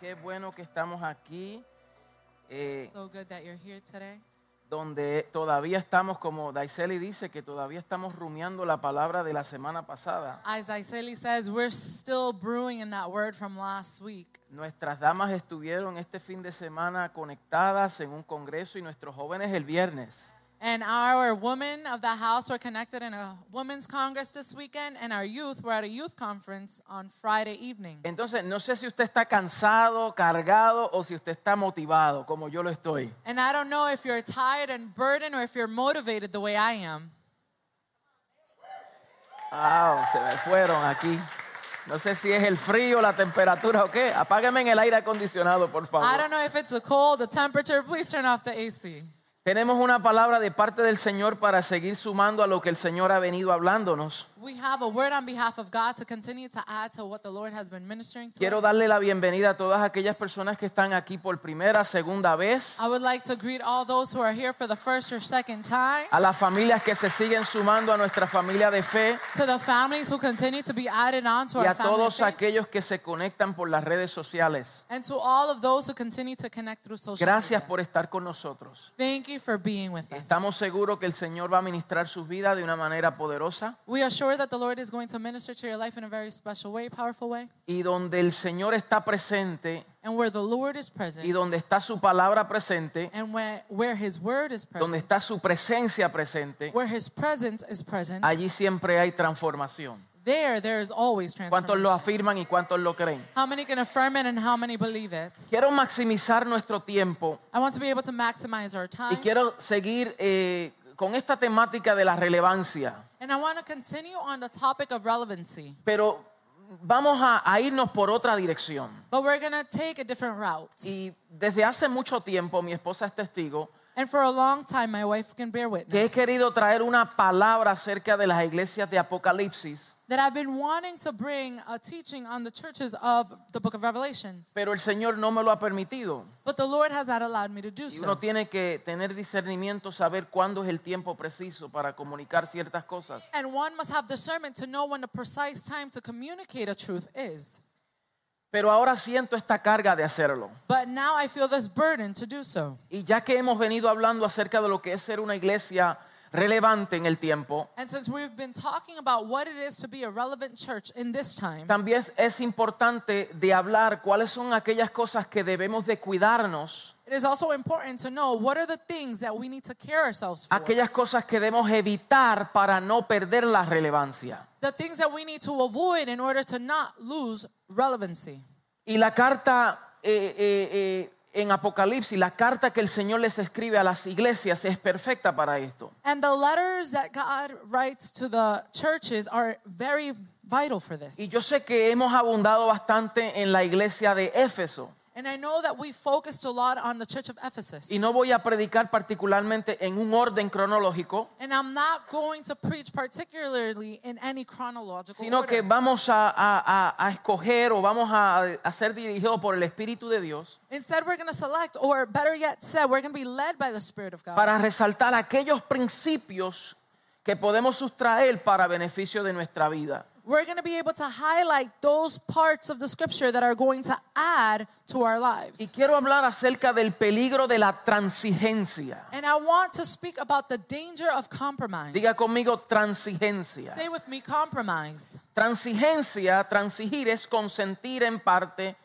Qué bueno que estamos aquí, eh, So good that you're here today. donde todavía estamos, como Daiseli dice, que todavía estamos rumiando la palabra de la semana pasada. As Iseli says, we're still brewing in that word from last week. Nuestras damas estuvieron este fin de semana conectadas en un congreso y nuestros jóvenes el viernes. And our women of the house were connected in a women's congress this weekend, and our youth were at a youth conference on Friday evening. Entonces, no sé si usted está cansado, cargado o si usted está motivado, como yo lo estoy. And I don't know if you're tired and burdened or if you're motivated the way I am. Ah, se me fueron aquí. No sé si es el frío, la temperatura o qué. Apáguenme en el aire acondicionado, por favor. I don't know if it's a cold, a temperature. Please turn off the AC. Tenemos una palabra de parte del Señor para seguir sumando a lo que el Señor ha venido hablándonos. We have a word on behalf of God to continue to add to what the Lord has been ministering to Quiero us. darle la bienvenida a todas aquellas personas que están aquí por primera, segunda vez, I would like to greet all those who are here for the first or second time, a las familias que se siguen sumando a nuestra familia de fe to the families who continue to be added on to y our a family, of todos faith, aquellos que se conectan por las redes sociales. and to all of those who continue to connect through social Gracias media. por estar con nosotros. Thank you for being with us. Estamos seguros que el Señor va a ministrar sus vidas de una manera poderosa We are sure that the Lord is going to minister to your life in a very special way, powerful way, y donde el Señor está presente and where the Lord is y present, donde está su palabra presente, and where, where His word is donde present, está su presencia presente. where His presence is present, Allí siempre hay transformación. there, there is always ¿Cuántos lo transformation. afirman y cuántos lo creen? How many can affirm it and how many believe it? Quiero maximizar nuestro tiempo I want to be able to maximize our time. y quiero seguir eh, con esta temática de la relevancia, And I want to continue on the topic of relevancy, pero vamos a, a irnos por otra dirección. but we're going to take a different route. Y desde hace mucho tiempo mi esposa es testigo And for a long time, my wife can bear witness que he querido traer una palabra acerca de las iglesias de Apocalipsis, that I've been wanting to bring a teaching on the churches of the book of Revelations, pero el Señor no me lo ha permitido. but the Lord has not allowed me to do Y uno so. tiene que tener discernimiento, saber cuándo es el tiempo preciso para comunicar ciertas cosas. And one must have discernment to know when the precise time to communicate a truth is. Pero ahora siento esta carga de hacerlo. But now I feel this burden to do so. Y ya que hemos venido hablando acerca de lo que es ser una iglesia relevante en el tiempo, And since we've been talking about what it is to be a relevant church in this time, también es- es importante de hablar cuáles son aquellas cosas que debemos de cuidarnos, it is also important to know what are the things that we need to care ourselves for. aquellas cosas que debemos evitar para no perder la relevancia. the things that we need to avoid in order to not lose relevancy. Y la carta eh, eh, eh, en Apocalipsis, la carta que el Señor les escribe a las iglesias es perfecta para esto. And the letters that God writes to the churches are very vital for this. Y yo sé que hemos abundado bastante en la iglesia de Éfeso. And I know that we focused a lot on the church of Ephesus. Y no voy a predicar particularmente en un orden cronológico, And I'm not going to preach particularly in any chronological sino que order. vamos a, a- a- a escoger o vamos a, a ser dirigidos por el Espíritu de Dios Instead, we're going to select, or better yet said, we're going to be led by the Spirit of God para resaltar aquellos principios que podemos sustraer para beneficio de nuestra vida. we're going to be able to highlight those parts of the scripture that are going to add to our lives. Y quiero hablar acerca del peligro de la transigencia. And I want to speak about the danger of compromise. Diga conmigo transigencia. Say with me, compromise. Transigencia, transigir es consentir en parte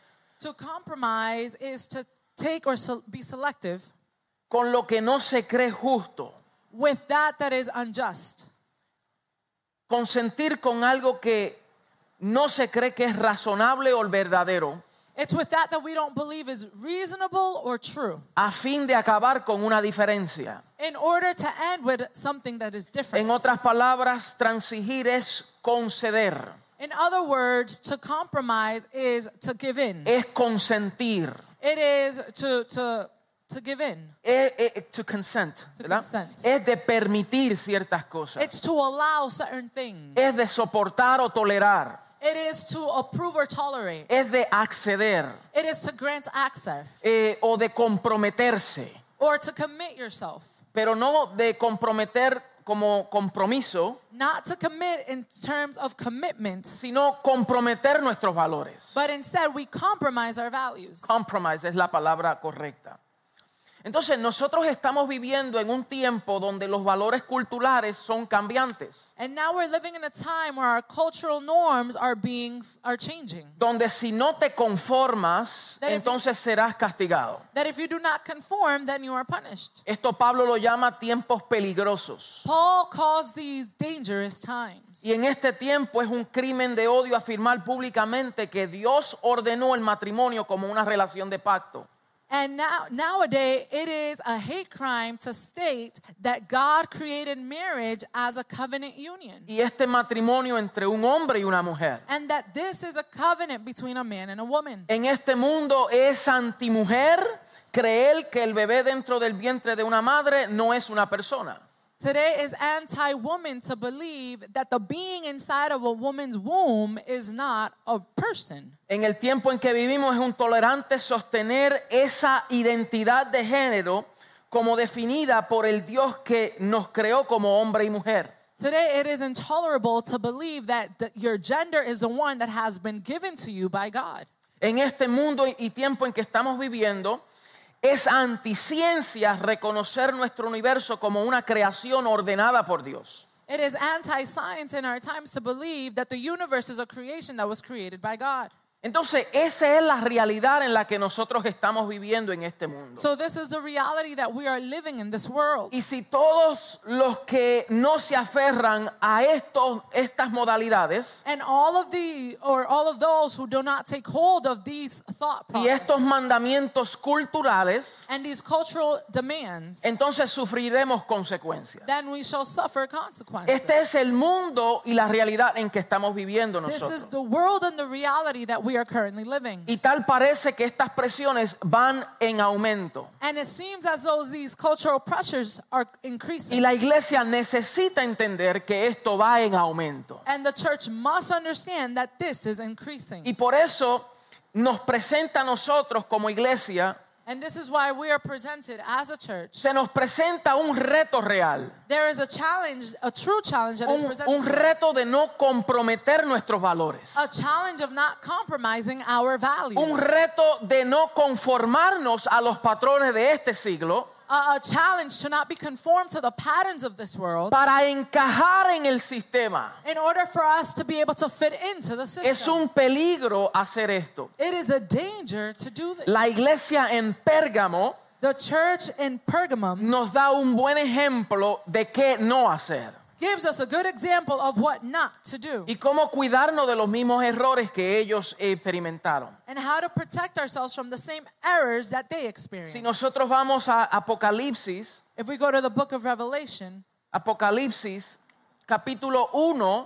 To compromise is to take or se- be selective con lo que no se cree justo. with that that is unjust. consentir con algo que no se cree que es razonable o verdadero It's with that that we don't believe is reasonable or true a fin de acabar con una diferencia. in order to end with something that is different. En otras palabras, transigir es conceder, in other words, to compromise is to give in. es consentir, it is to, to, to give in. es, es- e, to consent, ¿verdad? consent. es de permitir ciertas cosas, It's to allow certain things. es de soportar o tolerar, It is to approve or tolerate. es de acceder It is to grant access eh, o de comprometerse, or to commit yourself, pero no de comprometer como compromiso, not to commit in terms of commitment, sino comprometer nuestros valores. but instead we compromise our values. Compromise es la palabra correcta. Entonces, nosotros estamos viviendo en un tiempo donde los valores culturales son cambiantes, And now we're living in a time where our cultural norms are being are changing. donde si no te conformas, That if- entonces serás castigado. That if you do not conform, then you are punished. Esto Pablo lo llama tiempos peligrosos. Paul calls these dangerous times. Y en este tiempo es un crimen de odio afirmar públicamente que Dios ordenó el matrimonio como una relación de pacto. And now nowadays it is a hate crime to state that God created marriage as a covenant union. Y este matrimonio entre un hombre y una mujer. And that this is a covenant between a man and a woman. En este mundo es antimujer creer que el bebé dentro del vientre de una madre no es una persona. Today is anti woman to believe that the being inside of a woman's womb is not a person. En el tiempo en que vivimos es un tolerante sostener esa identidad de género como definida por el Dios que nos creó como hombre y mujer. Today it is intolerable to believe that the, your gender is the one that has been given to you by God. En este mundo y tiempo en que estamos viviendo, es anticiencia reconocer nuestro universo como una creación ordenada por Dios. It is anti science in our times to believe that the universe is a creation that was created by God. Entonces, esa es la realidad en la que nosotros estamos viviendo en este mundo. So, this is the reality that we are living in this world. Y si todos los que no se aferran a estos, estas modalidades And all of the, or all of those who do not take hold of these thought y processes estos mandamientos culturales, and these cultural demands, entonces sufriremos consecuencias. then we shall suffer consequences. Este es el mundo y la realidad en que estamos viviendo This is nosotros. the world and the reality that we are currently living. Y tal parece que estas presiones van en aumento. And it seems as though these cultural pressures are Y increasing. la iglesia necesita entender que esto va en aumento. And the church must understand that this is increasing. Y por eso nos presenta a nosotros como iglesia, And this is why we are presented as a church. se nos presenta un reto real, There is a challenge, a true challenge that is un, presented. un to us. reto de no comprometer nuestros valores, A challenge of not compromising our values. un reto de no conformarnos a los patrones de este siglo a, a challenge to not be conformed to the patterns of this world para encajar en el sistema. in order for us to be able to fit into the system. Es un peligro hacer esto. it is a danger to do this. La iglesia en Pérgamo The church in Pergamum nos da un buen ejemplo de qué no hacer gives us a good example of what not to do y cómo cuidarnos de los mismos errores que ellos experimentaron. and how to protect ourselves from the same errors that they experience. Si nosotros vamos a Apocalipsis, if we go to the book of Revelation, Apocalipsis capítulo 1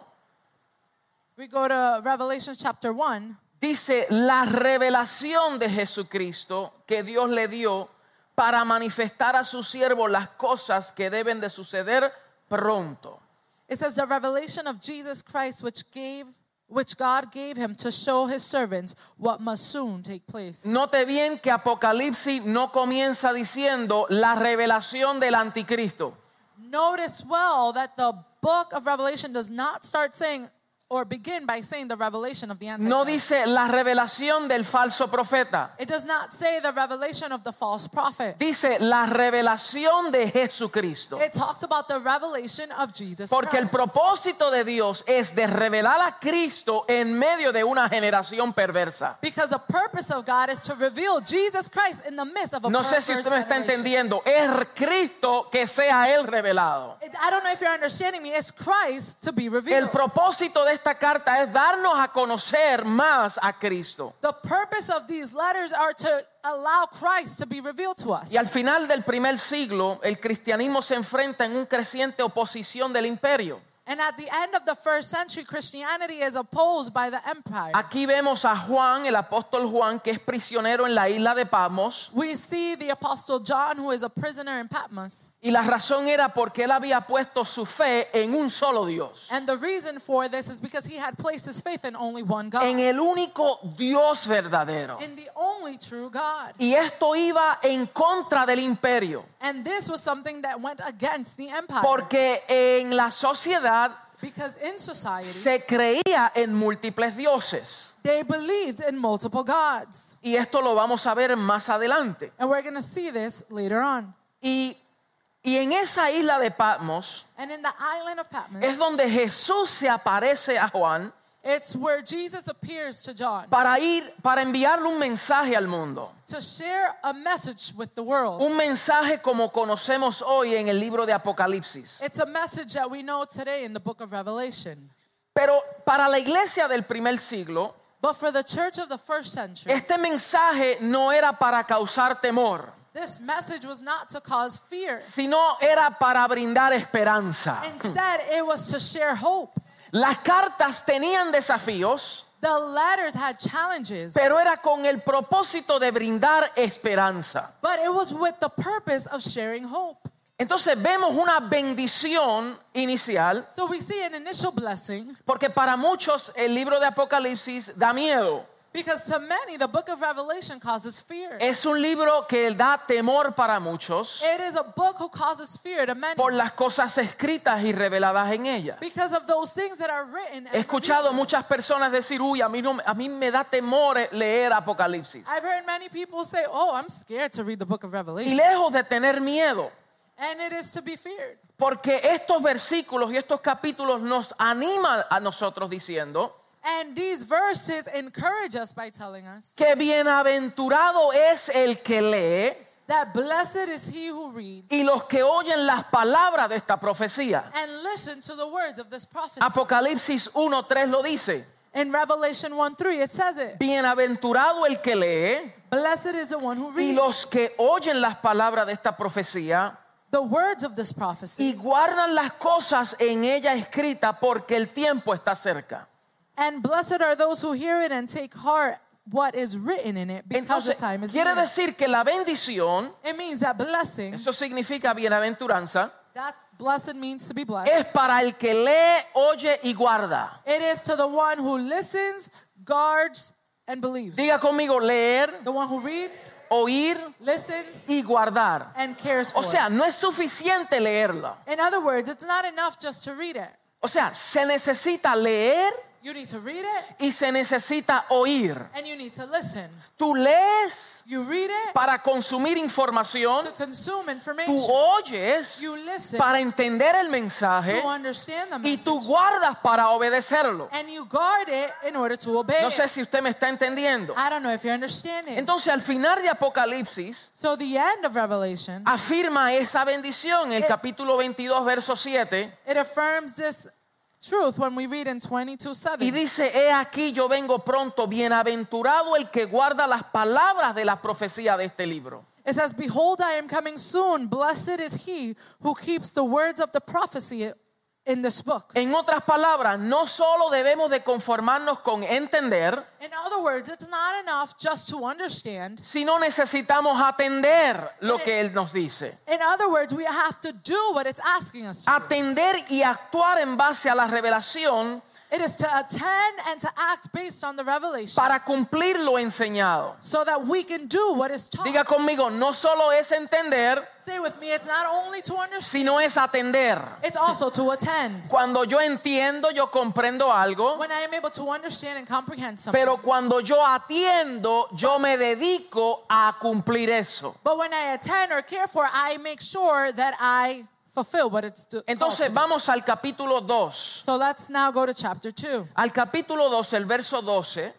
we go to Revelation chapter 1. dice la revelación de Jesucristo que Dios le dio para manifestar a sus siervos las cosas que deben de suceder pronto. It says the revelation of Jesus Christ which gave which God gave him to show his servants what must soon take place. Note bien que Apocalipsis no comienza diciendo la revelación del anticristo. Notice well that the book of Revelation does not start saying or begin by saying the revelation of the Antichrist. No dice la revelación del falso profeta. it does not say the revelation of the false prophet. Dice la revelación de Jesucristo. It talks about the revelation of Jesus Porque el Christ. propósito de Dios es de revelar a Cristo en medio de una generación perversa. because the purpose of God is to reveal Jesus Christ in the midst of a No sé si perverse usted me está generation. entendiendo. Es Cristo que sea Él revelado. It- I don't know if you're understanding me. It's Christ to be revealed. El propósito de esta carta es darnos a conocer más a Cristo. The purpose of these letters are to allow Christ to be revealed to us. Y al final del primer siglo, el cristianismo se enfrenta en un creciente oposición del imperio. And at the end of the first century, Christianity is opposed by the empire. Aquí vemos a Juan, el apóstol Juan, que es prisionero en la isla de Pamos. We see the apostle John, who is a prisoner in Patmos. Y la razón era porque él había puesto su fe en un solo Dios. And the reason for this is because he had placed his faith in only one God, En el único Dios verdadero. in the only true God. Y esto iba en contra del imperio. And this was something that went against the empire. Porque en la sociedad because in society, se creía en múltiples dioses. they believed in multiple gods. Y esto lo vamos a ver más adelante. And we're going to see this later on. Y, y en esa isla de Patmos And in the island of Patmos, es donde Jesús se aparece a Juan it's where Jesus appears to John para ir, para enviarle un mensaje al mundo. to share a message with the world. Un mensaje como conocemos hoy en el libro de Apocalipsis. It's a message that we know today in the book of Revelation. Pero para la iglesia del primer siglo, But for the church of the first century, este mensaje no era para causar temor, this message was not to cause fear. sino era para brindar esperanza. Instead, it was to share hope. Las cartas tenían desafíos, The letters had challenges, pero era con el propósito de brindar esperanza. but it was with the purpose of sharing hope. Entonces vemos una bendición inicial, So we see an initial blessing porque para muchos el libro de Apocalipsis da miedo. because to many, the book of Revelation causes fear. Es un libro que da temor para muchos It is a book who causes fear to many por las cosas escritas y reveladas en ella. because of those things that are written. He and escuchado revealed. muchas personas decir, uy, a mí, no, a mí me da temor leer Apocalipsis. I've heard many people say, Oh, I'm scared to read the book of Y Revelation. lejos de tener miedo, And it is to be feared. porque estos versículos y estos capítulos nos animan a nosotros diciendo And these verses encourage us by telling us que bienaventurado es el que lee that blessed is he who reads y los que oyen las palabras de esta profecía. and listen to the words of this prophecy. Apocalipsis 1.3 lo dice, In Revelation 1 3, it says it. bienaventurado el que lee Blessed is the one who y reads los que oyen las palabras de esta profecía the words of this prophecy y guardan las cosas en ella escrita porque el tiempo está cerca. And blessed are those who hear it and take heart what is written in it because Entonces, the time is quiere near. decir que la bendición, It means that blessing, eso significa bienaventuranza, that's blessed means to be blessed. es para el que lee, oye y guarda. It is to the one who listens, guards, and believes. Diga conmigo, leer, The one who reads, oír listens, y guardar. and cares for. O sea, no es suficiente leerla. In other words, it's not enough just to read it. O sea, se necesita leer You need to read it y se necesita oír. and you need to listen. Tú lees You read it para consumir información, to consume tú information. oyes You listen para entender el to mensaje understand the y tú message. guardas para obedecerlo. And you guard it in order to obey No sé it. si usted me está entendiendo. I don't know if you're understanding. Entonces, al final de Apocalipsis, So the end of Revelation, afirma esa bendición, el capítulo 22, verso 7, it affirms this truth when we read in 22 y 7. dice, he aquí yo vengo pronto, bienaventurado el que guarda las palabras de la profecía de este libro. It says, Behold, I am coming soon. Blessed is he who keeps the words of the prophecy in this book. En otras palabras, no solo debemos de conformarnos con entender, In other words, it's not enough just to understand. sino necesitamos atender lo que Él nos dice. In other words, we have to do what it's asking us to. Atender y actuar en base a la revelación It is to attend and to act based on the revelation para cumplir lo enseñado. so that we can do what is Diga taught. conmigo, no solo es entender, Say with me, it's not only to understand, sino es atender. it's also to attend. Cuando yo entiendo, yo comprendo algo, When I am able to understand and comprehend something. pero cuando yo atiendo, yo me dedico a cumplir eso. But when I attend or care for, I make sure that I fulfill what it's to. called to Entonces me. vamos al capítulo 2. So let's now go to chapter 2. Al capítulo 2, el verso 12,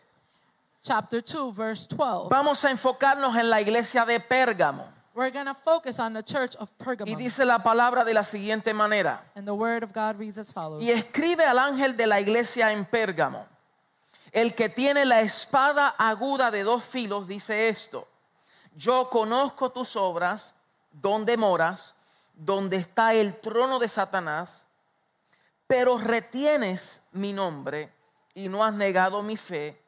Chapter 2, verse 12. vamos a enfocarnos en la iglesia de Pérgamo. We're going to focus on the church of Y Pergamum. dice la palabra de la siguiente manera. And the word of God reads as follows. Y escribe al ángel de la iglesia en Pérgamo. El que tiene la espada aguda de dos filos dice esto. Yo conozco tus obras, donde moras, donde está el trono de Satanás, pero retienes mi nombre y no has negado mi fe,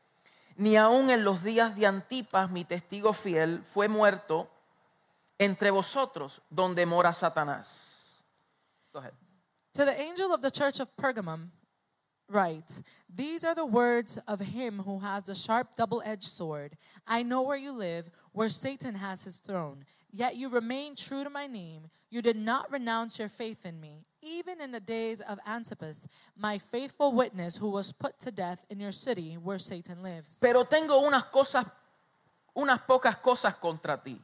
ni aun en los días de Antipas, mi testigo fiel, fue muerto entre vosotros, donde mora Satanás. Go ahead. To the angel of the church of Pergamum, write These are the words of him who has the sharp double edged sword. I know where you live, where Satan has his throne. Yet you remain true to my name. You did not renounce your faith in me. Even in the days of Antipas, my faithful witness, who was put to death in your city where Satan lives. Pero tengo unas cosas, unas pocas cosas contra ti.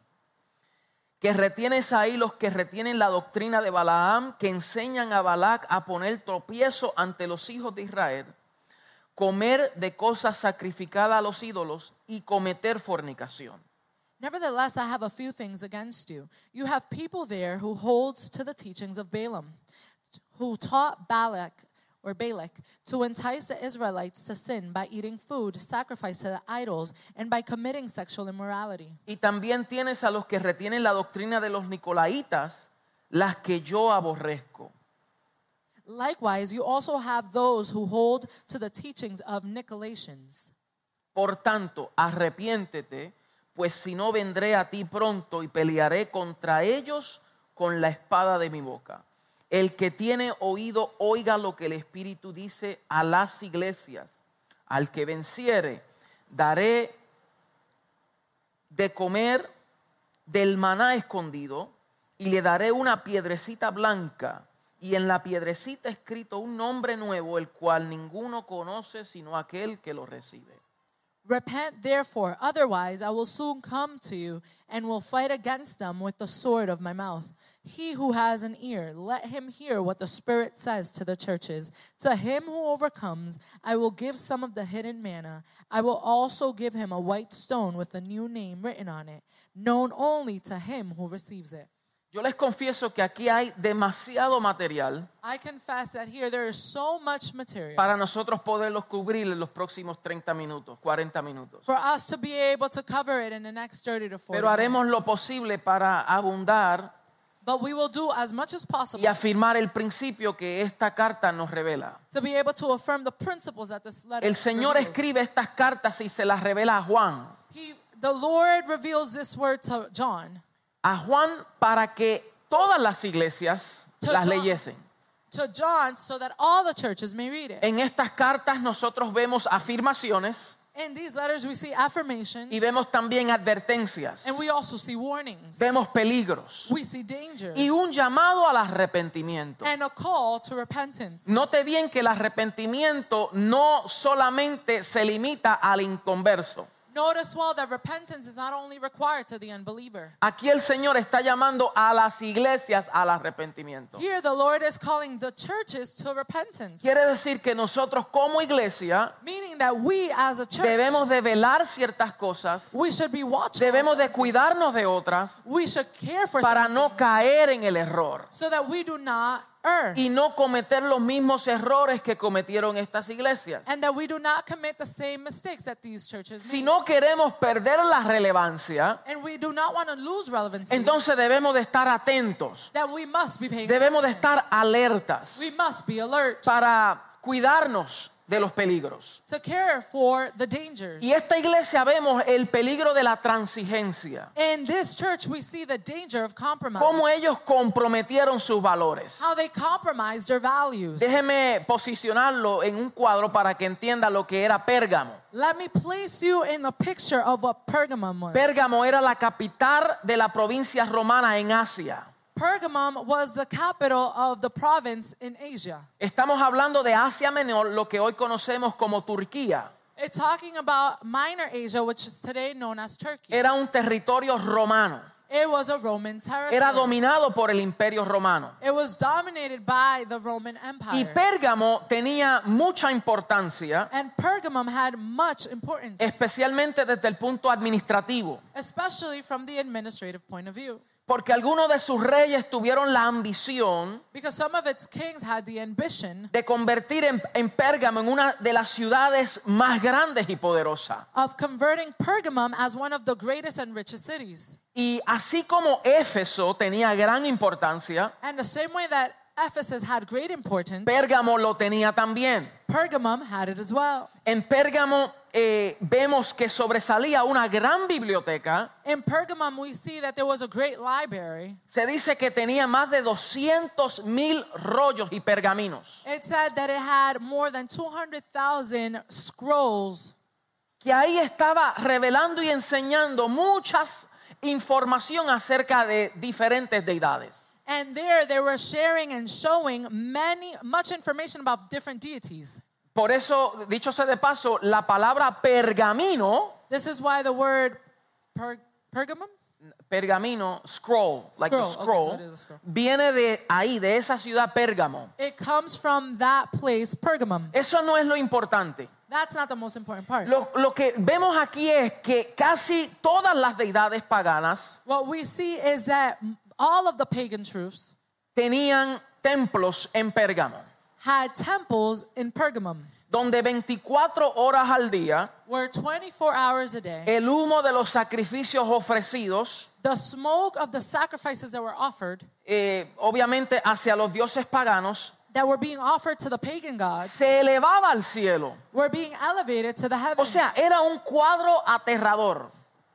Que retienes ahí los que retienen la doctrina de Balaam, que enseñan a Balac a poner tropiezo ante los hijos de Israel, comer de cosas sacrificadas a los ídolos y cometer fornicación. Nevertheless, I have a few things against you. You have people there who holds to the teachings of Balaam, who taught Balak or Balak to entice the Israelites to sin by eating food sacrificed to the idols and by committing sexual immorality. Y también tienes a los que retienen la doctrina de los nicolaitas, las que yo aborrezco. Likewise, you also have those who hold to the teachings of Nicolaitans. Por tanto, arrepiéntete, pues si no vendré a ti pronto y pelearé contra ellos con la espada de mi boca. El que tiene oído, oiga lo que el Espíritu dice a las iglesias. Al que venciere, daré de comer del maná escondido y le daré una piedrecita blanca y en la piedrecita escrito un nombre nuevo, el cual ninguno conoce sino aquel que lo recibe. Repent therefore, otherwise I will soon come to you and will fight against them with the sword of my mouth. He who has an ear, let him hear what the Spirit says to the churches. To him who overcomes, I will give some of the hidden manna. I will also give him a white stone with a new name written on it, known only to him who receives it. Yo les confieso que aquí hay demasiado material I confess that here there is so much material para nosotros poderlos cubrir en los próximos 30 minutos, 40 minutos. for us to be able to cover it in the next 30 to 40 Pero haremos lo minutes. posible para abundar But we will do as much as possible y afirmar el principio que esta carta nos revela. to be able to affirm the principles that this letter El Señor reveals. escribe estas cartas y se las revela a Juan. He, the Lord reveals this word to John, A Juan para que todas las iglesias To las John. leyesen. to John, so that all the churches may read it. En estas cartas nosotros vemos afirmaciones In these letters, we see affirmations, y vemos también advertencias. and we also see warnings. Vemos peligros We see danger y un llamado al arrepentimiento. and a call to repentance. Note bien que el arrepentimiento no solamente se limita al inconverso. Notice well that repentance is not only required to the unbeliever. Aquí el Señor está llamando a las iglesias al arrepentimiento. Here, the Lord is calling the churches to repentance, Quiere decir que nosotros como iglesia meaning that we as a church debemos de velar ciertas cosas, we should be watchful. debemos de cuidarnos de otras we should care for para something no caer en el error so that we do not err. y no cometer los mismos errores que cometieron estas iglesias. and that we do not commit the same mistakes that these churches Si made. no queremos perder la relevancia, and we do not want to lose relevancy. entonces debemos de estar atentos, that we must be paying debemos de attention. estar alertas We must be alert para cuidarnos de los peligros. to care for the dangers. Y esta iglesia vemos el peligro de la transigencia, In this church, we see the danger of compromise. cómo ellos comprometieron sus valores. How they compromise their values. Déjeme posicionarlo en un cuadro para que entienda lo que era Pérgamo. Let me place you in the picture of what Pergamum was. Pérgamo era la capital de la provincia romana en Asia. Pergamum was the capital of the province in Asia. Estamos hablando de Asia Menor, lo que hoy conocemos como Turquía. It's talking about Minor Asia, which is today known as Turkey. Era un territorio romano. It was a Roman territory. Era dominado por el imperio romano. It was dominated by the Roman Y Empire. Pérgamo tenía mucha importancia, and Pergamum had much importance, especialmente desde el punto administrativo, especially from the administrative point of view. porque algunos de sus reyes tuvieron la ambición Because some of its kings had the ambition de convertir en, en Pérgamo en una de las ciudades más grandes y poderosas. of converting Pergamum as one of the greatest and richest cities. Y así como Éfeso tenía gran importancia, And the same way that Ephesus had great importance. Pérgamo lo tenía también. Pergamum had it as well. En Pérgamo eh, vemos que sobresalía una gran biblioteca. In Pergamum, we see that there was a great library. Se dice que tenía más de 200 mil rollos y pergaminos. It said that it had more than 200,000 scrolls. Que ahí estaba revelando y enseñando muchas información acerca de diferentes deidades. And there they were sharing and showing many much information about different deities. Por eso, dicho sea de paso, la palabra pergamino, This is why the word per, Pergamum? pergamino, scroll, like the Scroll, scroll, okay, so it is a scroll. viene de ahí, de esa ciudad Pérgamo. It comes from that place, Pergamum. Eso no es lo importante. That's not the most important part. Lo, lo que vemos aquí es que casi todas las deidades paganas What we see is that all of the pagan troops tenían templos en Pérgamo, had temples in Pergamum donde 24 horas al día where 24 hours a day el humo de los sacrificios ofrecidos the smoke of the sacrifices that were offered eh, obviamente hacia los dioses paganos, that were being offered to the pagan gods se elevaba al cielo. were being elevated to the O heavens. sea, era un cuadro aterrador.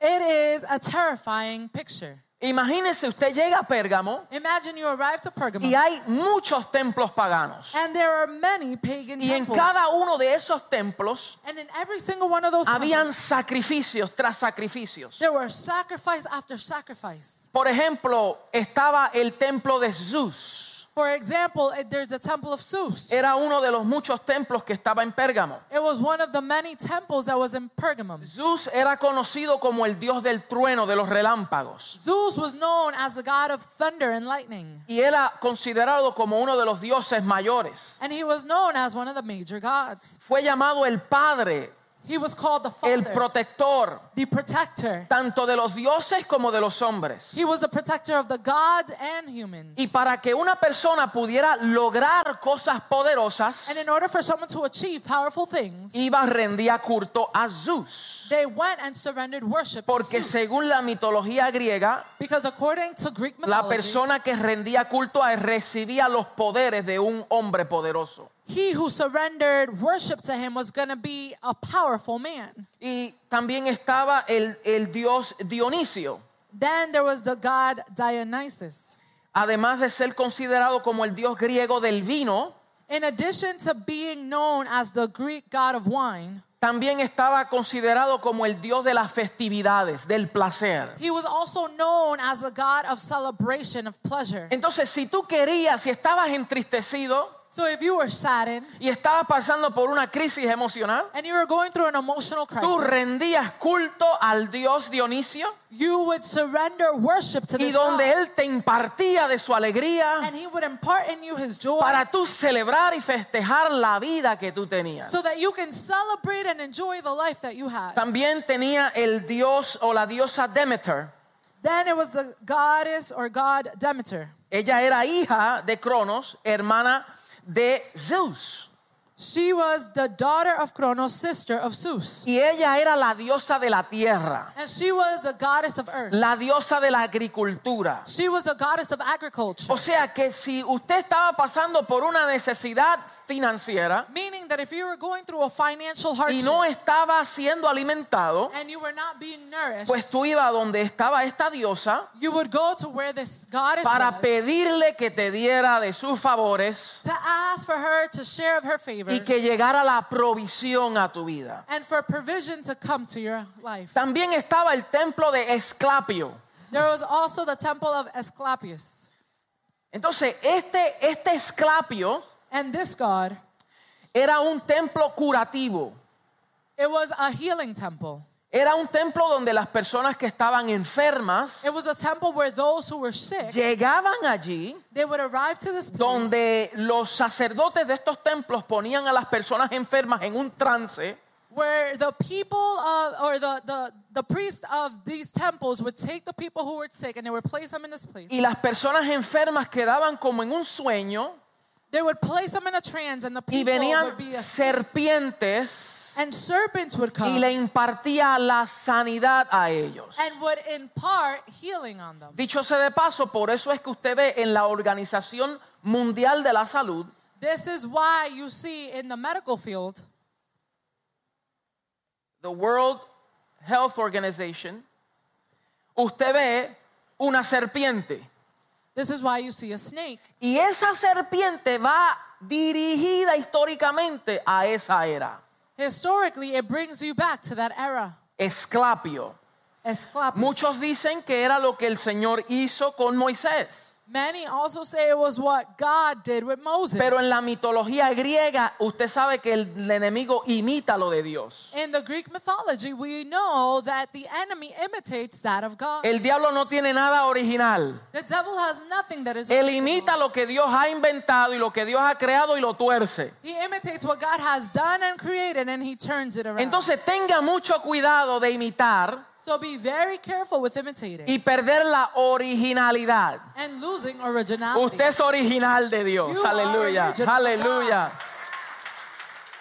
It is a terrifying picture. Imagínese, usted llega a Pérgamo Imagine you arrive to y Pergamum, hay muchos templos paganos. and there are many pagan Y en temples. cada uno de esos templos and in every single one of those habían temples, sacrificios tras sacrificios. there were sacrifice after sacrifice. Por ejemplo, estaba el templo de Zeus. For example, it- there's the temple of Zeus. Era uno de los muchos templos que estaba en Pérgamo. It was one of the many temples that was in Pergamum. Zeus era conocido como el dios del trueno, de los relámpagos. Zeus was known as the god of thunder and lightning, y era considerado como uno de los dioses mayores. and he was known as one of the major gods. Fue llamado el padre, He was called the el father, protector, the protector. tanto de los dioses como de los hombres. He was a protector of the gods and humans. Y para que una persona pudiera lograr cosas poderosas, And in order for someone to achieve powerful things, iba rendía culto a Zeus. they went and surrendered worship to Porque Zeus. según la mitología griega, because according to Greek la mythology, persona que rendía culto a él recibía los poderes de un hombre poderoso. he who surrendered worship to him was going to be a powerful man. Y también estaba el, el dios Dionisio. Then there was the god Dionysus. además de ser considerado como el dios griego del vino, In addition to being known as the Greek god of wine, también estaba considerado como el dios de las festividades, del placer. he was also known as the god of celebration of pleasure. Entonces, si tú querías, si estabas entristecido So if you were saddened y estabas pasando por una crisis emocional, and you were going through an emotional tú crisis, rendías culto al dios Dionisio you would surrender worship to y this donde god. él te impartía de su alegría And he would impart in you his joy para tú celebrar y festejar la vida que tú tenías. so that you can celebrate and enjoy the life that you had. También tenía el dios o la diosa Demeter. Then it was the goddess or god Demeter. Ella era hija de Cronos, hermana de Zeus. She was the daughter of Cronos, sister of Zeus. Y ella era la diosa de la tierra, And she was the goddess of earth. la diosa de la agricultura. She was the goddess of agriculture. O sea que si usted estaba pasando por una necesidad financiera Meaning that if you were going through a financial y hardship no estaba siendo alimentado, and you were not being nourished, pues tú ibas a donde estaba esta diosa you would go to where this goddess para was pedirle que te diera de sus favores to ask for her to share of her favor y que llegara la provisión a tu vida. and for provision to come to your life. También estaba el templo de Esclapio. There was also the temple of Asclepius. Entonces, este, este Esclapio And this god, era un templo curativo. it was a healing temple. Era un templo donde las personas que estaban enfermas It was a temple where those who were sick, llegaban allí, they would arrive to this place donde los sacerdotes de estos templos ponían a las personas enfermas en un trance where the people of, or the, the, the priest of these temples would take the people who were sick and they would place them in this place. y las personas enfermas quedaban como en un sueño They would place them in a trance and the y people would venían be asleep. serpientes and serpents would come y le impartía la sanidad a ellos. and would impart healing on them. Dicho sea de paso, por eso es que usted ve en la Organización Mundial de la Salud This is why you see in the medical field, the World Health Organization, usted ve una serpiente. this is why you see a snake. Y esa serpiente va dirigida históricamente a esa era. Historically, it brings you back to that era. Esclapio. Esclavo. Muchos dicen que era lo que el Señor hizo con Moisés. Many also say it was what God did with Moses. Pero en la mitología griega usted sabe que el enemigo imita lo de Dios. in the Greek mythology, we know that the enemy imitates that of God. El diablo no tiene nada original. the devil has nothing that is Él original. imita lo que Dios ha inventado y lo que Dios ha creado y lo tuerce. He imitates what God has done and created and he turns it around. Entonces tenga mucho cuidado de imitar so be very careful with imitating y perder la originalidad. and losing originality. Usted es original de Dios. Ah. You are Aleluya. original. Aleluya.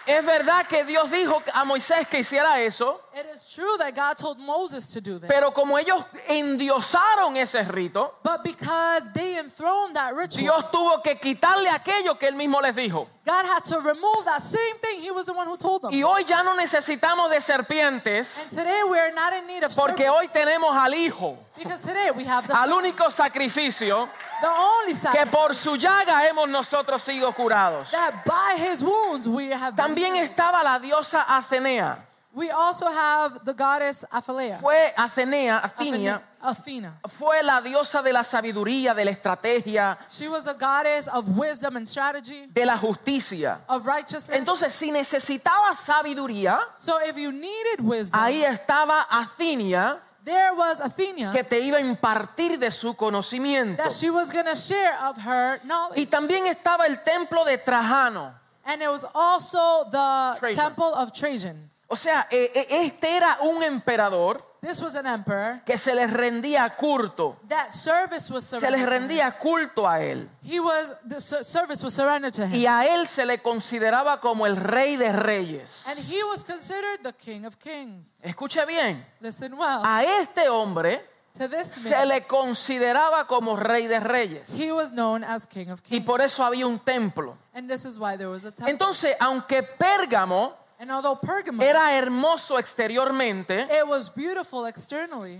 Es verdad que Dios dijo a Moisés que hiciera eso, it is true that God told Moses to do this. pero como ellos endiosaron ese rito, but because they enthroned that ritual, Dios tuvo que quitarle aquello que él mismo les dijo. God had to remove that same thing. He was the one who told them. Y hoy ya no necesitamos de serpientes, and today we are not in need of porque serpents, hoy tenemos al Hijo, because today we have the, al único sacrificio the only que sacrifice por su llaga hemos nosotros sido curados. that by his wounds we have been También healed. estaba la diosa Atenea. We also have the goddess Aphilea. Fue Atenea, Athenia, Athena. fue la diosa de la sabiduría, de la estrategia, She was a goddess of wisdom and strategy, de la justicia. of righteousness. Entonces, si necesitaba sabiduría, so if you needed wisdom, ahí estaba Athenia there was Athena que te iba a impartir de su conocimiento. that she was going to share of her Y knowledge. también estaba el templo de Trajano. And it was also the Trajan. temple of Trajan. O sea, eh, eh, este era un emperador This was an emperor que se les rendía culto. that service was Se les surrendered. to him. rendía culto a él. He was the ser- service was surrendered to him. Y a él se le consideraba como el rey de reyes. And he was considered the king of kings. Escuche bien, Listen well a este hombre to this Ah, se man. le consideraba como rey de reyes. He was known as king of Y kings. por eso había un templo. And this is why there was a temple. Entonces, aunque Pérgamo And although Pergamum era hermoso exteriormente, It was beautiful externally.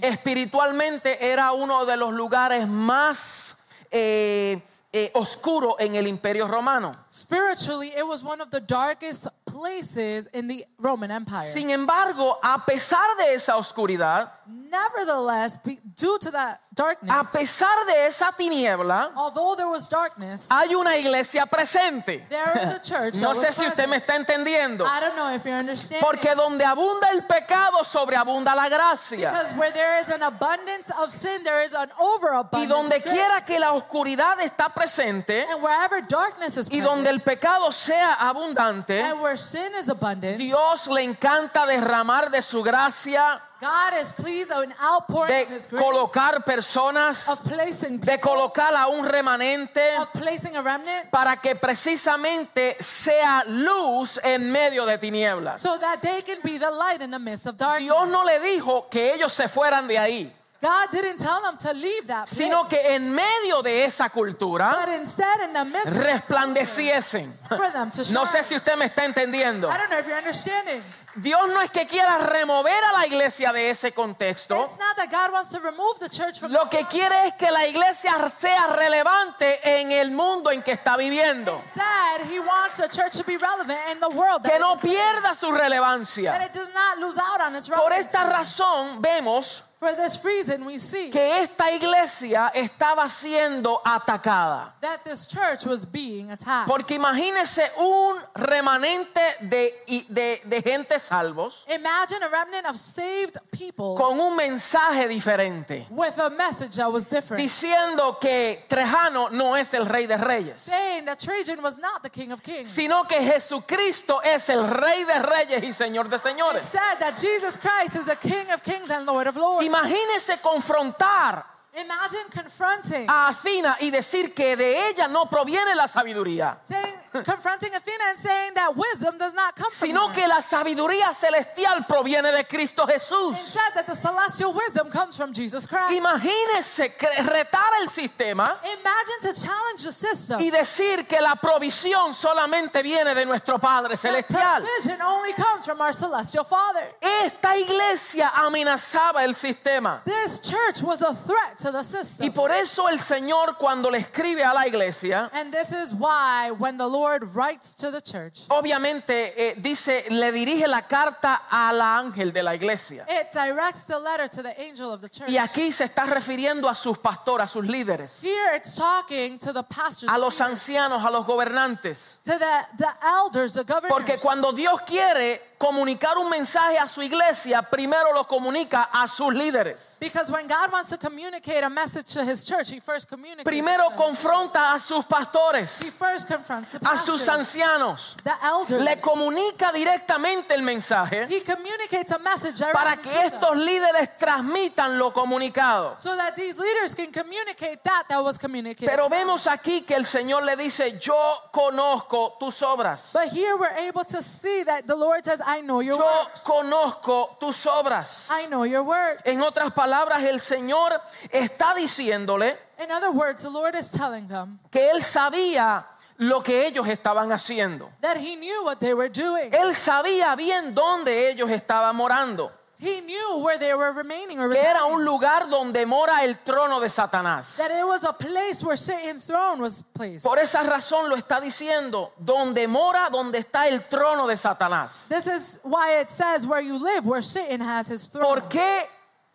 espiritualmente era uno de los lugares más eh, eh, oscuros en el imperio romano. Spiritually, it was one of the darkest places in the Roman Empire. Sin embargo, a pesar de esa oscuridad, Nevertheless, be, due to that a darkness, pesar de esa tiniebla, although there was darkness, hay una iglesia presente. there in the church. that No was sé si usted present. me está entendiendo. I don't know if you're understanding. Porque donde abunda el pecado, sobreabunda la gracia. because where there is an abundance of sin, there is an overabundance. Y donde of grace. quiera que la oscuridad está presente and wherever darkness is y present, donde el pecado sea abundante, and where sin is abundant, Dios le encanta derramar de su gracia, God is pleased with an outpouring of de His grace, colocar personas, of placing de colocar a un remanente of placing a remnant. para que precisamente sea luz en medio de tinieblas. so that they can be the light in the midst of darkness. Dios no le dijo que ellos se fueran de ahí, God didn't tell them to leave that place, sino que en medio de esa cultura but instead in the midst of that culture, resplandeciesen. for them to shine. No sé si usted me está entendiendo. I don't know if you're understanding. Dios no es que quiera remover a la iglesia de ese contexto. It's not that God wants to remove the church from Lo que quiere es que la iglesia sea relevante en el mundo en que está viviendo. Instead, He wants the church to be relevant in the world. Que that no it is- pierda su that relevancia. it does not lose out on its Por relevance. esta razón vemos For this reason, we see que esta iglesia estaba siendo atacada. that this church was being attacked. Porque imagínese un remanente de, y- de- de gente salvos Imagine a remnant of saved people con un mensaje diferente. with a message that was different, Diciendo que Trejano no es el rey de reyes. saying that Trajan was not the king of kings. Sino que Jesucristo es el rey de reyes y señor de It señores. said that Jesus Christ is the King of kings and Lord of lords. Imagínese confrontar Imagine confronting, a Athena y decir que de ella no proviene la sabiduría, saying, confronting Athena and saying that wisdom does not come from sino her. que la sabiduría celestial proviene de Cristo Jesús. Instead, that the celestial wisdom comes from Jesus Christ. Imagínese cre- retar el sistema Imagine to challenge the system. y decir que la provisión solamente viene de nuestro Padre That celestial. provision only comes from our celestial Father. Esta iglesia amenazaba el sistema. This church was a threat to the Y system. por eso el Señor cuando le escribe a la iglesia, And this is why when the Lord writes to the church, obviamente eh, dice, le dirige la carta a la ángel de la iglesia. it directs the letter to the angel of the church. Y aquí se está refiriendo a sus pastores, a sus líderes, Here it's talking to the pastors, a los ancianos, a los gobernantes. to the, the elders, the governors. Porque cuando Dios quiere comunicar un mensaje a su iglesia, primero lo comunica a sus líderes. Because when God wants to communicate a message to his church, he first communicates. Primero with them. confronta a sus he pastores, first confronts the a sus pastors, ancianos. the elders. Le comunica directamente el mensaje he communicates a message para directly que to them estos líderes transmitan lo comunicado. so that these leaders can communicate that that was communicated. Pero vemos aquí que el Señor le dice, yo conozco tus obras. but here we're able to see that the Lord says, I know your Yo works. conozco tus obras. I know your works. En otras palabras, el Señor está diciéndole In other words, the Lord is telling them que Él sabía lo que ellos estaban haciendo. that he knew what they were doing. Él sabía bien dónde ellos estaban morando, He knew where they were remaining or que era residing. un lugar donde mora el trono de Satanás. that it was a place where Satan's throne was placed. Por esa razón lo está diciendo, donde mora, donde está el trono de Satanás. This is why it says where you live, where Satan has his throne. ¿Por qué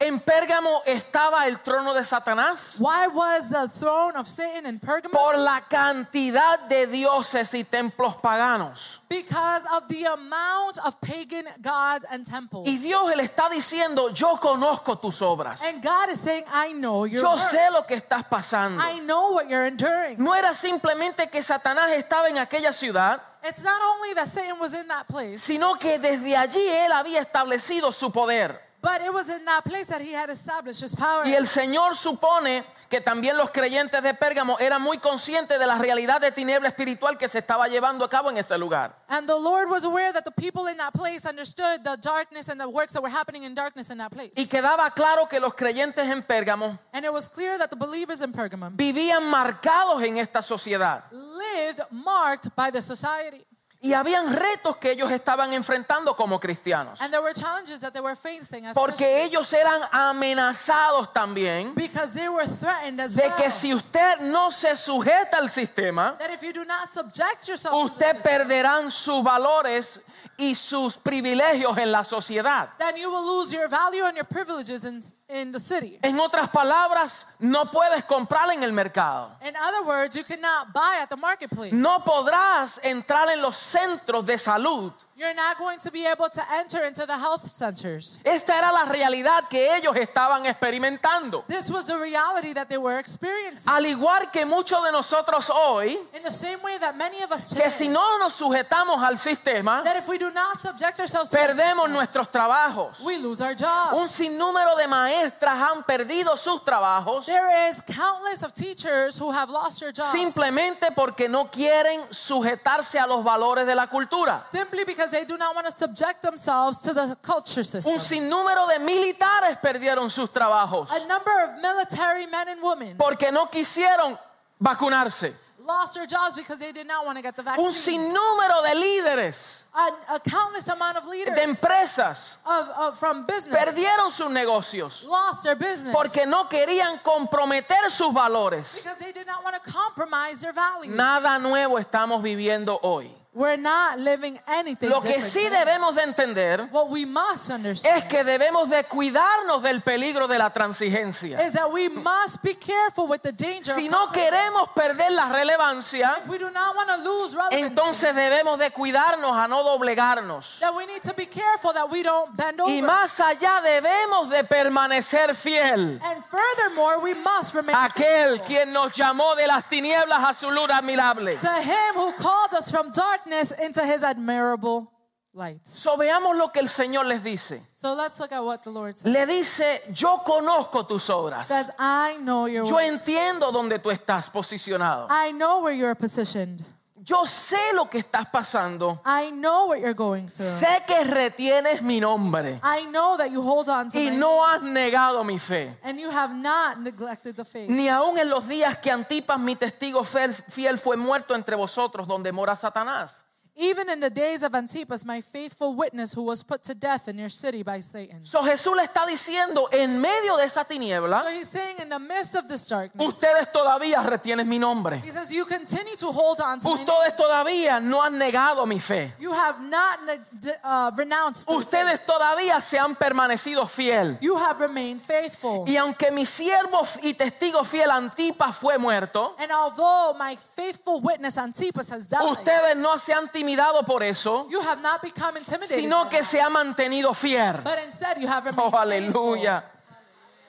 en Pérgamo estaba el trono de Satanás? Why was the throne of Satan in Pergamum? Por la cantidad de dioses y templos paganos. Because of the amount of pagan gods and temples. Y Dios le está diciendo, yo conozco tus obras. And God is saying, I know your Yo works. sé lo que estás pasando. I know what you're enduring. No era simplemente que Satanás estaba en aquella ciudad, It's not only that Satan was in that place, sino que desde allí él había establecido su poder. but it was in that place that he had established his power. Y el Señor supone que también los creyentes de Pérgamo eran muy conscientes de la realidad de tiniebla espiritual que se estaba llevando a cabo en ese lugar. And the Lord was aware that the people in that place understood the darkness and the works that were happening in darkness in that place. Y quedaba claro que los creyentes en Pérgamo And it was clear that the believers in Pergamum vivían marcados en esta sociedad lived marked by the society. y habían retos que ellos estaban enfrentando como cristianos. And there were challenges that they were facing as Christians. Porque ellos eran amenazados también because they were threatened as de well. que si usted no se sujeta al sistema, that if you do not subject yourself to usted this, perderán sus valores y sus privilegios en la sociedad. then you will lose your value and your privileges in, in the city. En otras palabras, no puedes comprar en el mercado. In other words, you cannot buy at the marketplace. No podrás entrar en los centros de salud. You're not going to be able to enter into the health centers. Esta era la realidad que ellos estaban experimentando. This was the reality that they were experiencing. Al igual que muchos de nosotros hoy, In the same way that many of us today, que si no nos sujetamos al sistema, that if we do not subject ourselves to this, perdemos nuestros trabajos. we lose our jobs. Un sinnúmero de maestras han perdido sus trabajos There is countless of teachers who have lost their jobs simplemente porque no quieren sujetarse a los valores de la cultura. simply because they do not want to subject themselves to the culture system. Un sinnúmero de militares perdieron sus trabajos A number of military men and women porque no quisieron vacunarse. lost their jobs because they did not want to get the Un vaccine. sinnúmero de líderes A, a countless amount of leaders de empresas of, of, from business perdieron sus negocios lost their business porque no querían comprometer sus valores. because they did not want to compromise their values. Nada nuevo estamos viviendo hoy. We're not living anything Lo que different sí today. debemos de entender What we must understand es que debemos de cuidarnos del peligro de la transigencia. is that we must be careful with the danger. of Si no queremos perder la relevancia, If we do not want to lose relevance, entonces debemos de cuidarnos a no doblegarnos. that we need to be careful that we don't bend Y over. más allá debemos de permanecer fiel And furthermore, we must remain a aquel faithful quien nos llamó de las tinieblas a su luz admirable. to him who called us from darkness into his admirable light. So veamos lo que el Señor les dice. So let's look at what the Lord says. Le dice, yo conozco tus obras. Says, I know your Yo works. entiendo dónde tú estás posicionado. I know where you're positioned. Yo sé lo que estás pasando. I know what you're going through. Sé que retienes mi nombre I know that you hold on to y me no has negado mi fe. and you have not neglected the faith. Ni aun en los días que Antipas, mi testigo fel- fiel, fue muerto entre vosotros, donde mora Satanás. Even in the days of Antipas, my faithful witness who was put to death in your city by Satan. So Jesús le está diciendo, en medio de esa So tiniebla, he's saying in the midst of this darkness, ustedes todavía retienen mi nombre. he says, you continue to hold on to me. Ustedes todavía no han negado mi fe. You have not ne- uh, renounced. the faith. Ustedes todavía se han permanecido fiel. You have remained faithful. Y aunque mi siervo y testigo fiel Antipas fue muerto, And although my faithful witness Antipas has died, ustedes no se han intimidado por eso, you have not become intimidated, sino que se ha mantenido fiel. but instead you have remained Oh, aleluya.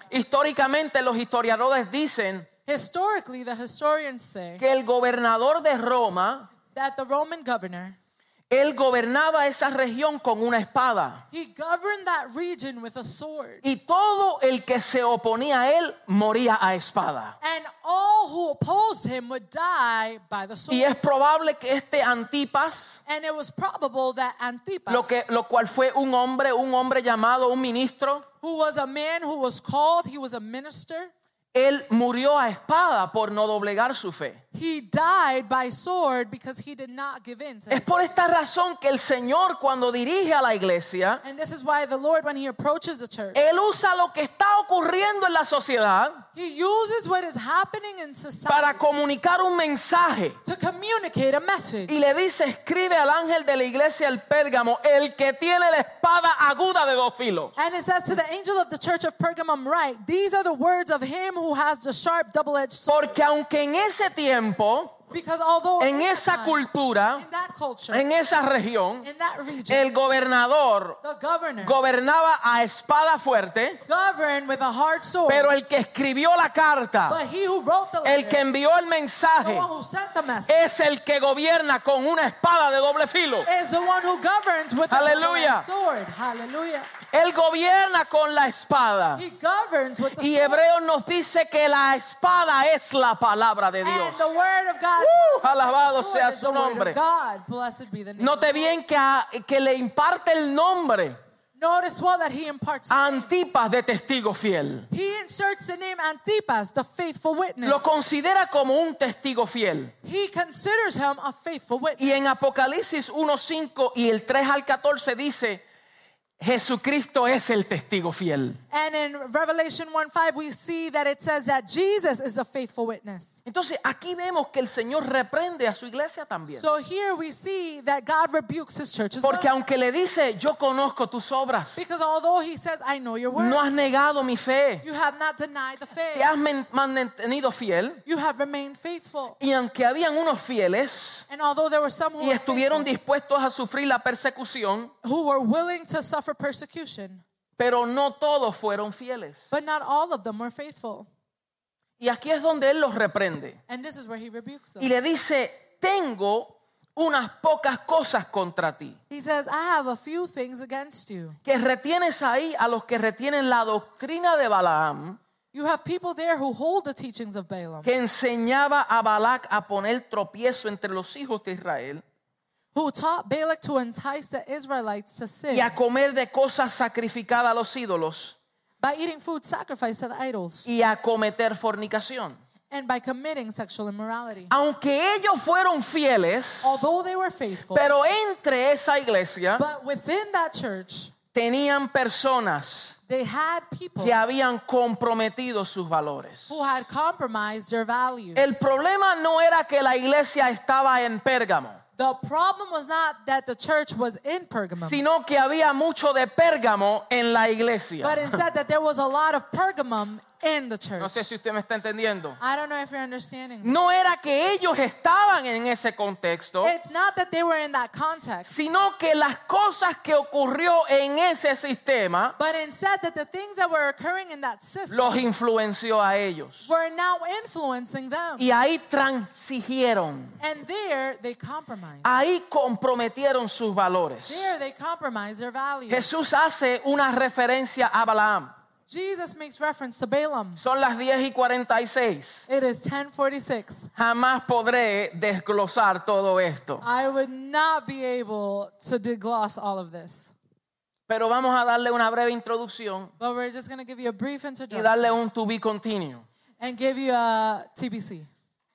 Históricamente los historiadores dicen faithful. Historically, the historians say que el gobernador de Roma, that the Roman governor, él gobernaba esa región con una espada. he governed that region with a sword. Y todo el que se oponía a él moría a espada. And all who opposed him would die by the sword. Y es probable que este Antipas, And it was probable that Antipas, lo, que, lo cual fue un hombre, un hombre llamado, un ministro, who was a man who was called, he was a minister, él murió a espada por no doblegar su fe. he died by sword because he did not give in to Es his por esta razón que el Señor cuando dirige a la iglesia, And this is why the Lord, when he approaches the church, Él usa lo que está ocurriendo en la sociedad he uses what is happening in para society comunicar un mensaje. to communicate a message. Y le dice, escribe al ángel de la iglesia del Pérgamo, el que tiene la espada aguda de dos filos. And it says to the angel of the church of Pergamum, write, These are the words of him who has the sharp double edged sword. Porque aunque en ese tiempo, Because although en in esa that cultura, in that culture, en esa región, in that region, el gobernador the governor gobernaba a espada fuerte, governed with a hard sword. pero el que escribió la carta, but he who wrote the el letter, que envió el the mensaje, one who sent the message, es el que gobierna con una espada de doble filo. is the one who governs with Hallelujah. a double-edged sword. Hallelujah. Él gobierna con la espada. He governs with the Y sword. Hebreo nos dice que la espada es la palabra de And Dios. the word of God. Woo! tells us that Alabado the sword sea is su the word of nombre. God. Blessed be the name. Note bien que, a- que le imparte el nombre Notice well that he imparts. a Antipas de testigo fiel. he inserts the name Antipas, the faithful witness. Lo considera como un testigo fiel. he considers him a faithful witness. Y en Apocalipsis 1.5 y el 3 al 14 dice, Jesucristo es el testigo fiel. And in Revelation 1 5, we see that it says that Jesus is the faithful witness. Entonces aquí vemos que el Señor reprende a su iglesia también. So here we see that God rebukes his church. as well. Porque aunque le dice, yo conozco tus obras, Because although he says, I know your word, no has negado mi fe, you have not denied the faith, te has men- mantenido fiel. you have remained faithful. Y aunque habían unos fieles And although there were some who y were estuvieron faithful, dispuestos a sufrir la persecución, who were willing to suffer persecution, pero no todos fueron fieles. but not all of them were faithful. Y aquí es donde él los reprende And this is where he rebukes y them. le dice, tengo unas pocas cosas contra ti, He says, I have a few things against you. que retienes ahí a los que retienen la doctrina de Balaam, You have people there who hold the teachings of Balaam, que enseñaba a Balac a poner tropiezo entre los hijos de Israel who taught Balak to entice the Israelites to sin y a comer de cosas sacrificadas a los ídolos by eating food sacrificed to the idols y a cometer fornicación. and by committing sexual immorality. Aunque ellos fueron fieles, Although they were faithful, Pero entre esa iglesia but within that church, tenían personas they had people que habían comprometido sus valores. who had compromised their values. El problema no era que la iglesia estaba en Pérgamo, The problem was not that the church was in Pergamum, sino que había mucho de Pérgamo en la but iglesia. instead that there was a lot of Pergamum in the church. No sé si usted me está entendiendo. I don't know if you're understanding. me. No era que ellos estaban en ese contexto, It's not that they were in that context, sino que las cosas que ocurrió en ese sistema but instead sad that the things that were occurring in that system los influenció a ellos. were now influencing them. Y ahí transigieron, And there they compromise. ahí comprometieron sus valores. There they compromise their values. Jesús hace una referencia a Balaam. Jesus makes reference to Balaam. Son las 10 y 46. It is 1046. Jamás podré desglosar todo esto. I would not be able to degloss all of this. Pero vamos a darle una breve introducción But we're just going to give you a brief y introduction darle un to be continue. and give you a TBC.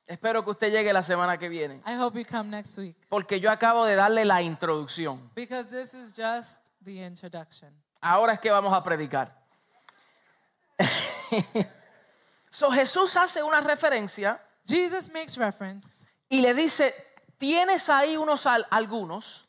Espero que usted llegue la semana que viene, I hope you come next week porque yo acabo de darle la introducción. because this is just the introduction. Ahora es que vamos a predicar. so Jesús hace una referencia Jesus makes reference. y le dice, tienes ahí unos al- algunos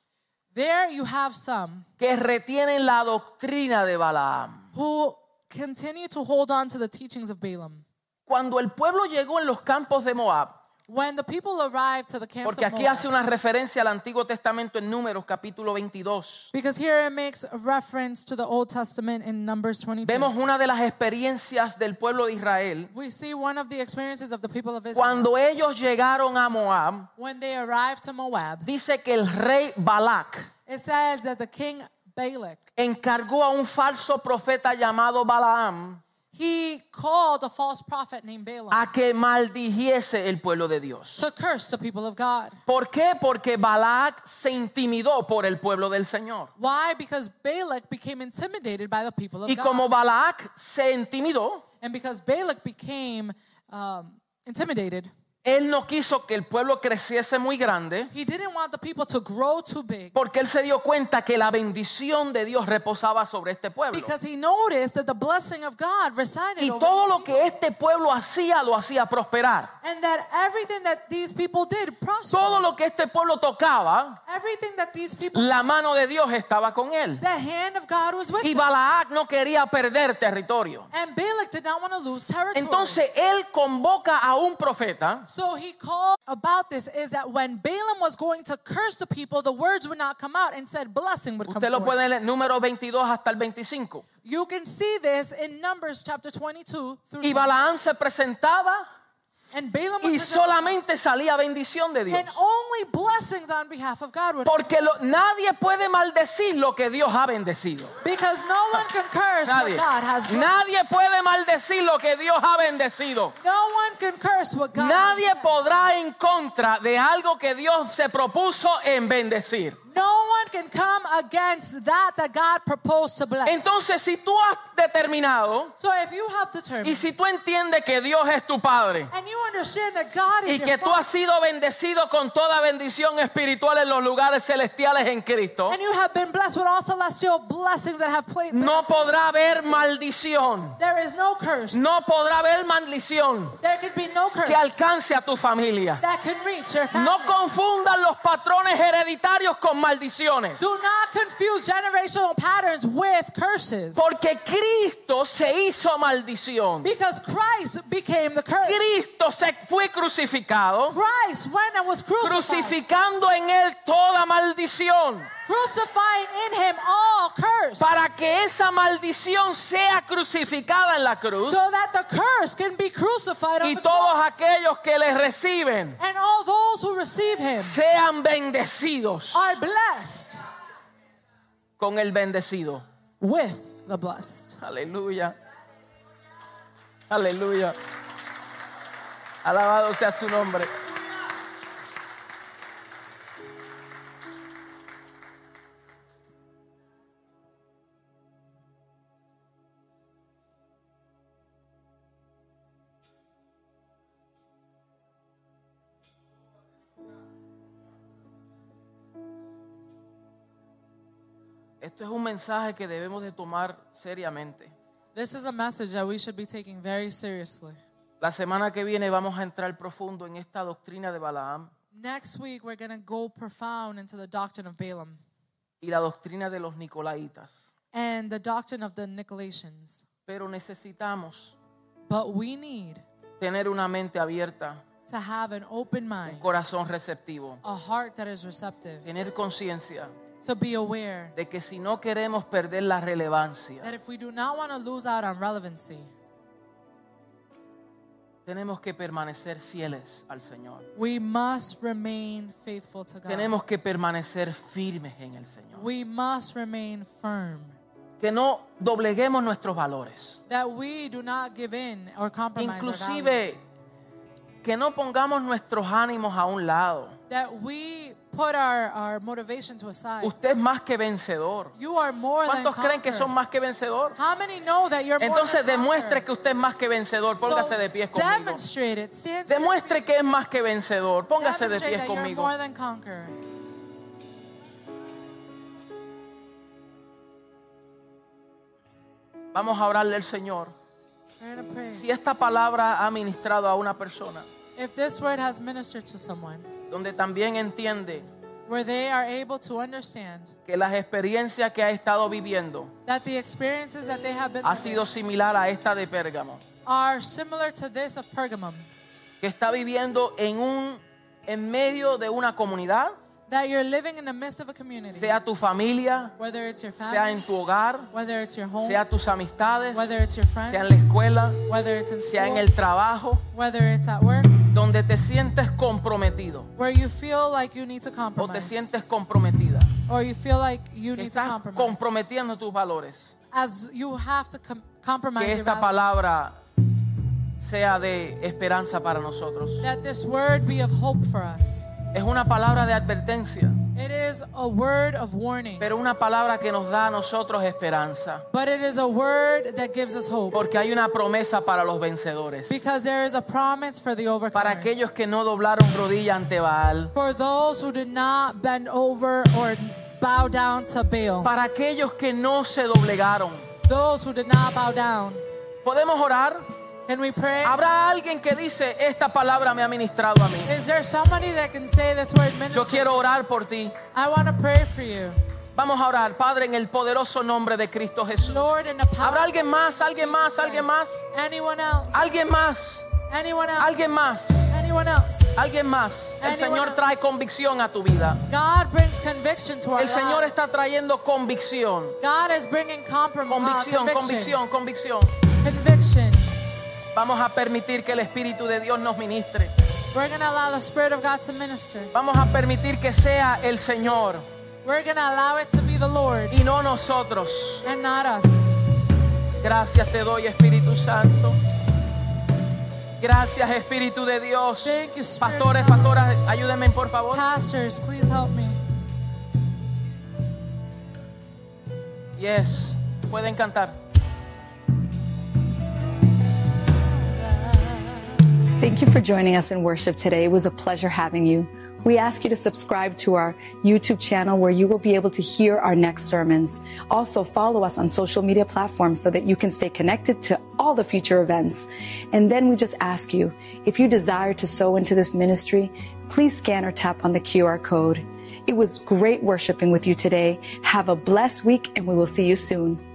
There you have some que retienen la doctrina de Balaam. who continue to hold on to the teachings of Balaam. Cuando el pueblo llegó en los campos de Moab, When the people arrived to the camps Porque of aquí Moab, hace una referencia al Antiguo Testamento en Números capítulo 22. because here it makes a reference to the Old Testament in Numbers 22. Vemos una de las experiencias del pueblo de Israel we see one of the experiences of the people of Israel. cuando ellos llegaron a Moab. when they arrived to Moab, Dice que el rey Balak it says that the king Balak, encargó a un falso profeta llamado Balaam he called a false prophet named Balaam a que maldijese el pueblo de Dios. to curse the people of God. ¿Por qué? Porque Balak se intimidó por el pueblo del Señor. Why? Because Balak became intimidated by the people of Y God. como Balak se intimidó, and because Balak became um, intimidated, él no quiso que el pueblo creciese muy grande. he didn't want the people to grow too big Porque él se dio cuenta que la bendición de Dios reposaba sobre este pueblo. because he noticed that the blessing of God resided Y over todo these lo que este pueblo hacía, lo hacía prosperar. people, and that everything that these people did prospered. Todo lo que este pueblo tocaba, everything that these people la mano de Dios estaba con él. the hand of God was with Y them. Balaac no quería perder territorio. And Balak did not want to lose territory. Entonces él convoca a un profeta so he called about this is that when Balaam was going to curse the people, the words would not come out. Instead, blessing would come Usted lo forth. puede leer, número 22 hasta el 25. You can see this in Numbers chapter 22 through Y Balaam se presentaba 20. and Balaam y was presented- solamente salía bendición de Dios. and only blessings on behalf of God would Porque lo- nadie puede maldecir lo que Dios ha bendecido. because no one can curse Nadie. what God has blessed. Nadie puede maldecir lo que Dios ha bendecido. no one can curse what God Nadie has blessed. podrá en contra de algo que Dios se propuso en bendecir. No one can come against that that God proposed to bless. Entonces, si tú has determinado so if you have determined y si tú entiendes que Dios es tu Padre and you understand that God is y your que tú father, has sido bendecido con toda bendición espiritual en los lugares celestiales en Cristo, And you have been blessed with all celestial blessings that have played. no podrá haber maldición. There is no curse. No podrá haber maldición There can be no curse que alcance a tu familia. that can reach your family. No confundan los patrones hereditarios con maldiciones. Do not confuse generational patterns with curses. Porque Cristo se hizo maldición. Because Christ became the curse. Cristo se fue crucificado, Christ went and was crucified. crucificando en él toda maldición. Crucifying in him all curse. Para que esa maldición sea crucificada en la cruz. So that the curse can be crucified on Y the todos cross. aquellos que le reciben And all those who receive him sean bendecidos are blessed con el bendecido. with the blessed. Aleluya. Aleluya. Alabado sea su nombre. Esto es un mensaje que debemos de tomar seriamente. This is a message that we should be taking very seriously. La semana que viene vamos a entrar profundo en esta doctrina de Balaam Next week, we're going to go profound into the doctrine of Balaam y la doctrina de los nicolaitas. and the doctrine of the Nicolaitans. Pero necesitamos But we need tener una mente abierta, to have an open un mind, corazón receptivo, a heart that is receptive, tener conciencia to be aware de que si no queremos perder la relevancia, that if we do not want to lose out on relevancy, tenemos que permanecer fieles al Señor. we must remain faithful to God. Tenemos que permanecer firmes en el Señor. We must remain firm. Que no dobleguemos nuestros valores. That we do not give in or compromise our Inclusive values. que no pongamos nuestros ánimos a un lado. That we put our, our motivation to a side. Usted es más que vencedor. You are more than ¿Cuántos creen que conqueror. son más que vencedor? How many know that you're more Entonces than demuestre conqueror? que usted es más que vencedor. So, Póngase de pies conmigo. Demonstrate it. Stand to your Demuestre feet. que es más que vencedor. Póngase de Demonstrate pies that you're conmigo. more than conqueror. Vamos a orarle al Señor. We're gonna pray. Si esta palabra ha ministrado a una persona If this word has ministered to someone, donde también entiende where they are able to understand que las experiencias que ha estado viviendo that the experiences that they have been ha living sido similar a esta de Pérgamo, are similar to this of Pergamum, que está viviendo en un en medio de una comunidad, that you're living in the midst of a community, sea tu familia, whether it's your sea family, en tu hogar, whether it's your home, sea tus amistades, whether it's your friends, sea en la escuela, whether it's in school, sea en el trabajo, whether it's at work, donde te sientes comprometido where you feel like you need to o te compromise, sientes comprometida, or you feel like you que need to estás compromise, comprometiendo tus valores. as you have to com- compromise que your esta values. palabra sea de esperanza para nosotros. that this word be of hope for us. Es una palabra de advertencia, It is a word of warning, pero una palabra que nos da a nosotros esperanza, but it is a word that gives us hope. porque hay una promesa para los vencedores, Because there is a promise for the overcomers. para aquellos que no doblaron rodilla ante Baal, for those who did not bend over or bow down to Baal. para aquellos que no se doblegaron. Those who did not bow down. ¿Podemos orar? Can we pray? ¿Habrá alguien que dice, esta palabra me ha ministrado a mí? Is there somebody that can say this word Yo ministry? quiero orar por ti. I want to pray for you. Vamos a orar, Padre, en el poderoso nombre de Cristo Jesús. Lord, in the power ¿Habrá alguien más? of ¿Alguien más? Jesus ¿Alguien más? Ah. Christ. Anyone else? Alguien más. Anyone else? Alguien más, Anyone else? alguien más. El Anyone Señor else? trae convicción a tu vida. God brings conviction to our El Señor lives. está trayendo convicción. God is bringing compromise. Convicción, conviction. convicción, convicción. Convictions. Vamos a permitir que el Espíritu de Dios nos ministre. We're going to allow the Spirit of God to minister. Vamos a permitir que sea el Señor We're going to allow it to be the Lord y no nosotros. and not us. Gracias te doy, Espíritu Santo. Gracias, Espíritu de Dios. Thank you, Spirit Pastores, of God. pastoras, ayúdenme por favor. Pastors, please help me. Yes, pueden cantar. Thank you for joining us in worship today. It was a pleasure having you. We ask you to subscribe to our YouTube channel where you will be able to hear our next sermons. Also, follow us on social media platforms so that you can stay connected to all the future events. And then we just ask you if you desire to sow into this ministry, please scan or tap on the QR code. It was great worshiping with you today. Have a blessed week, and we will see you soon.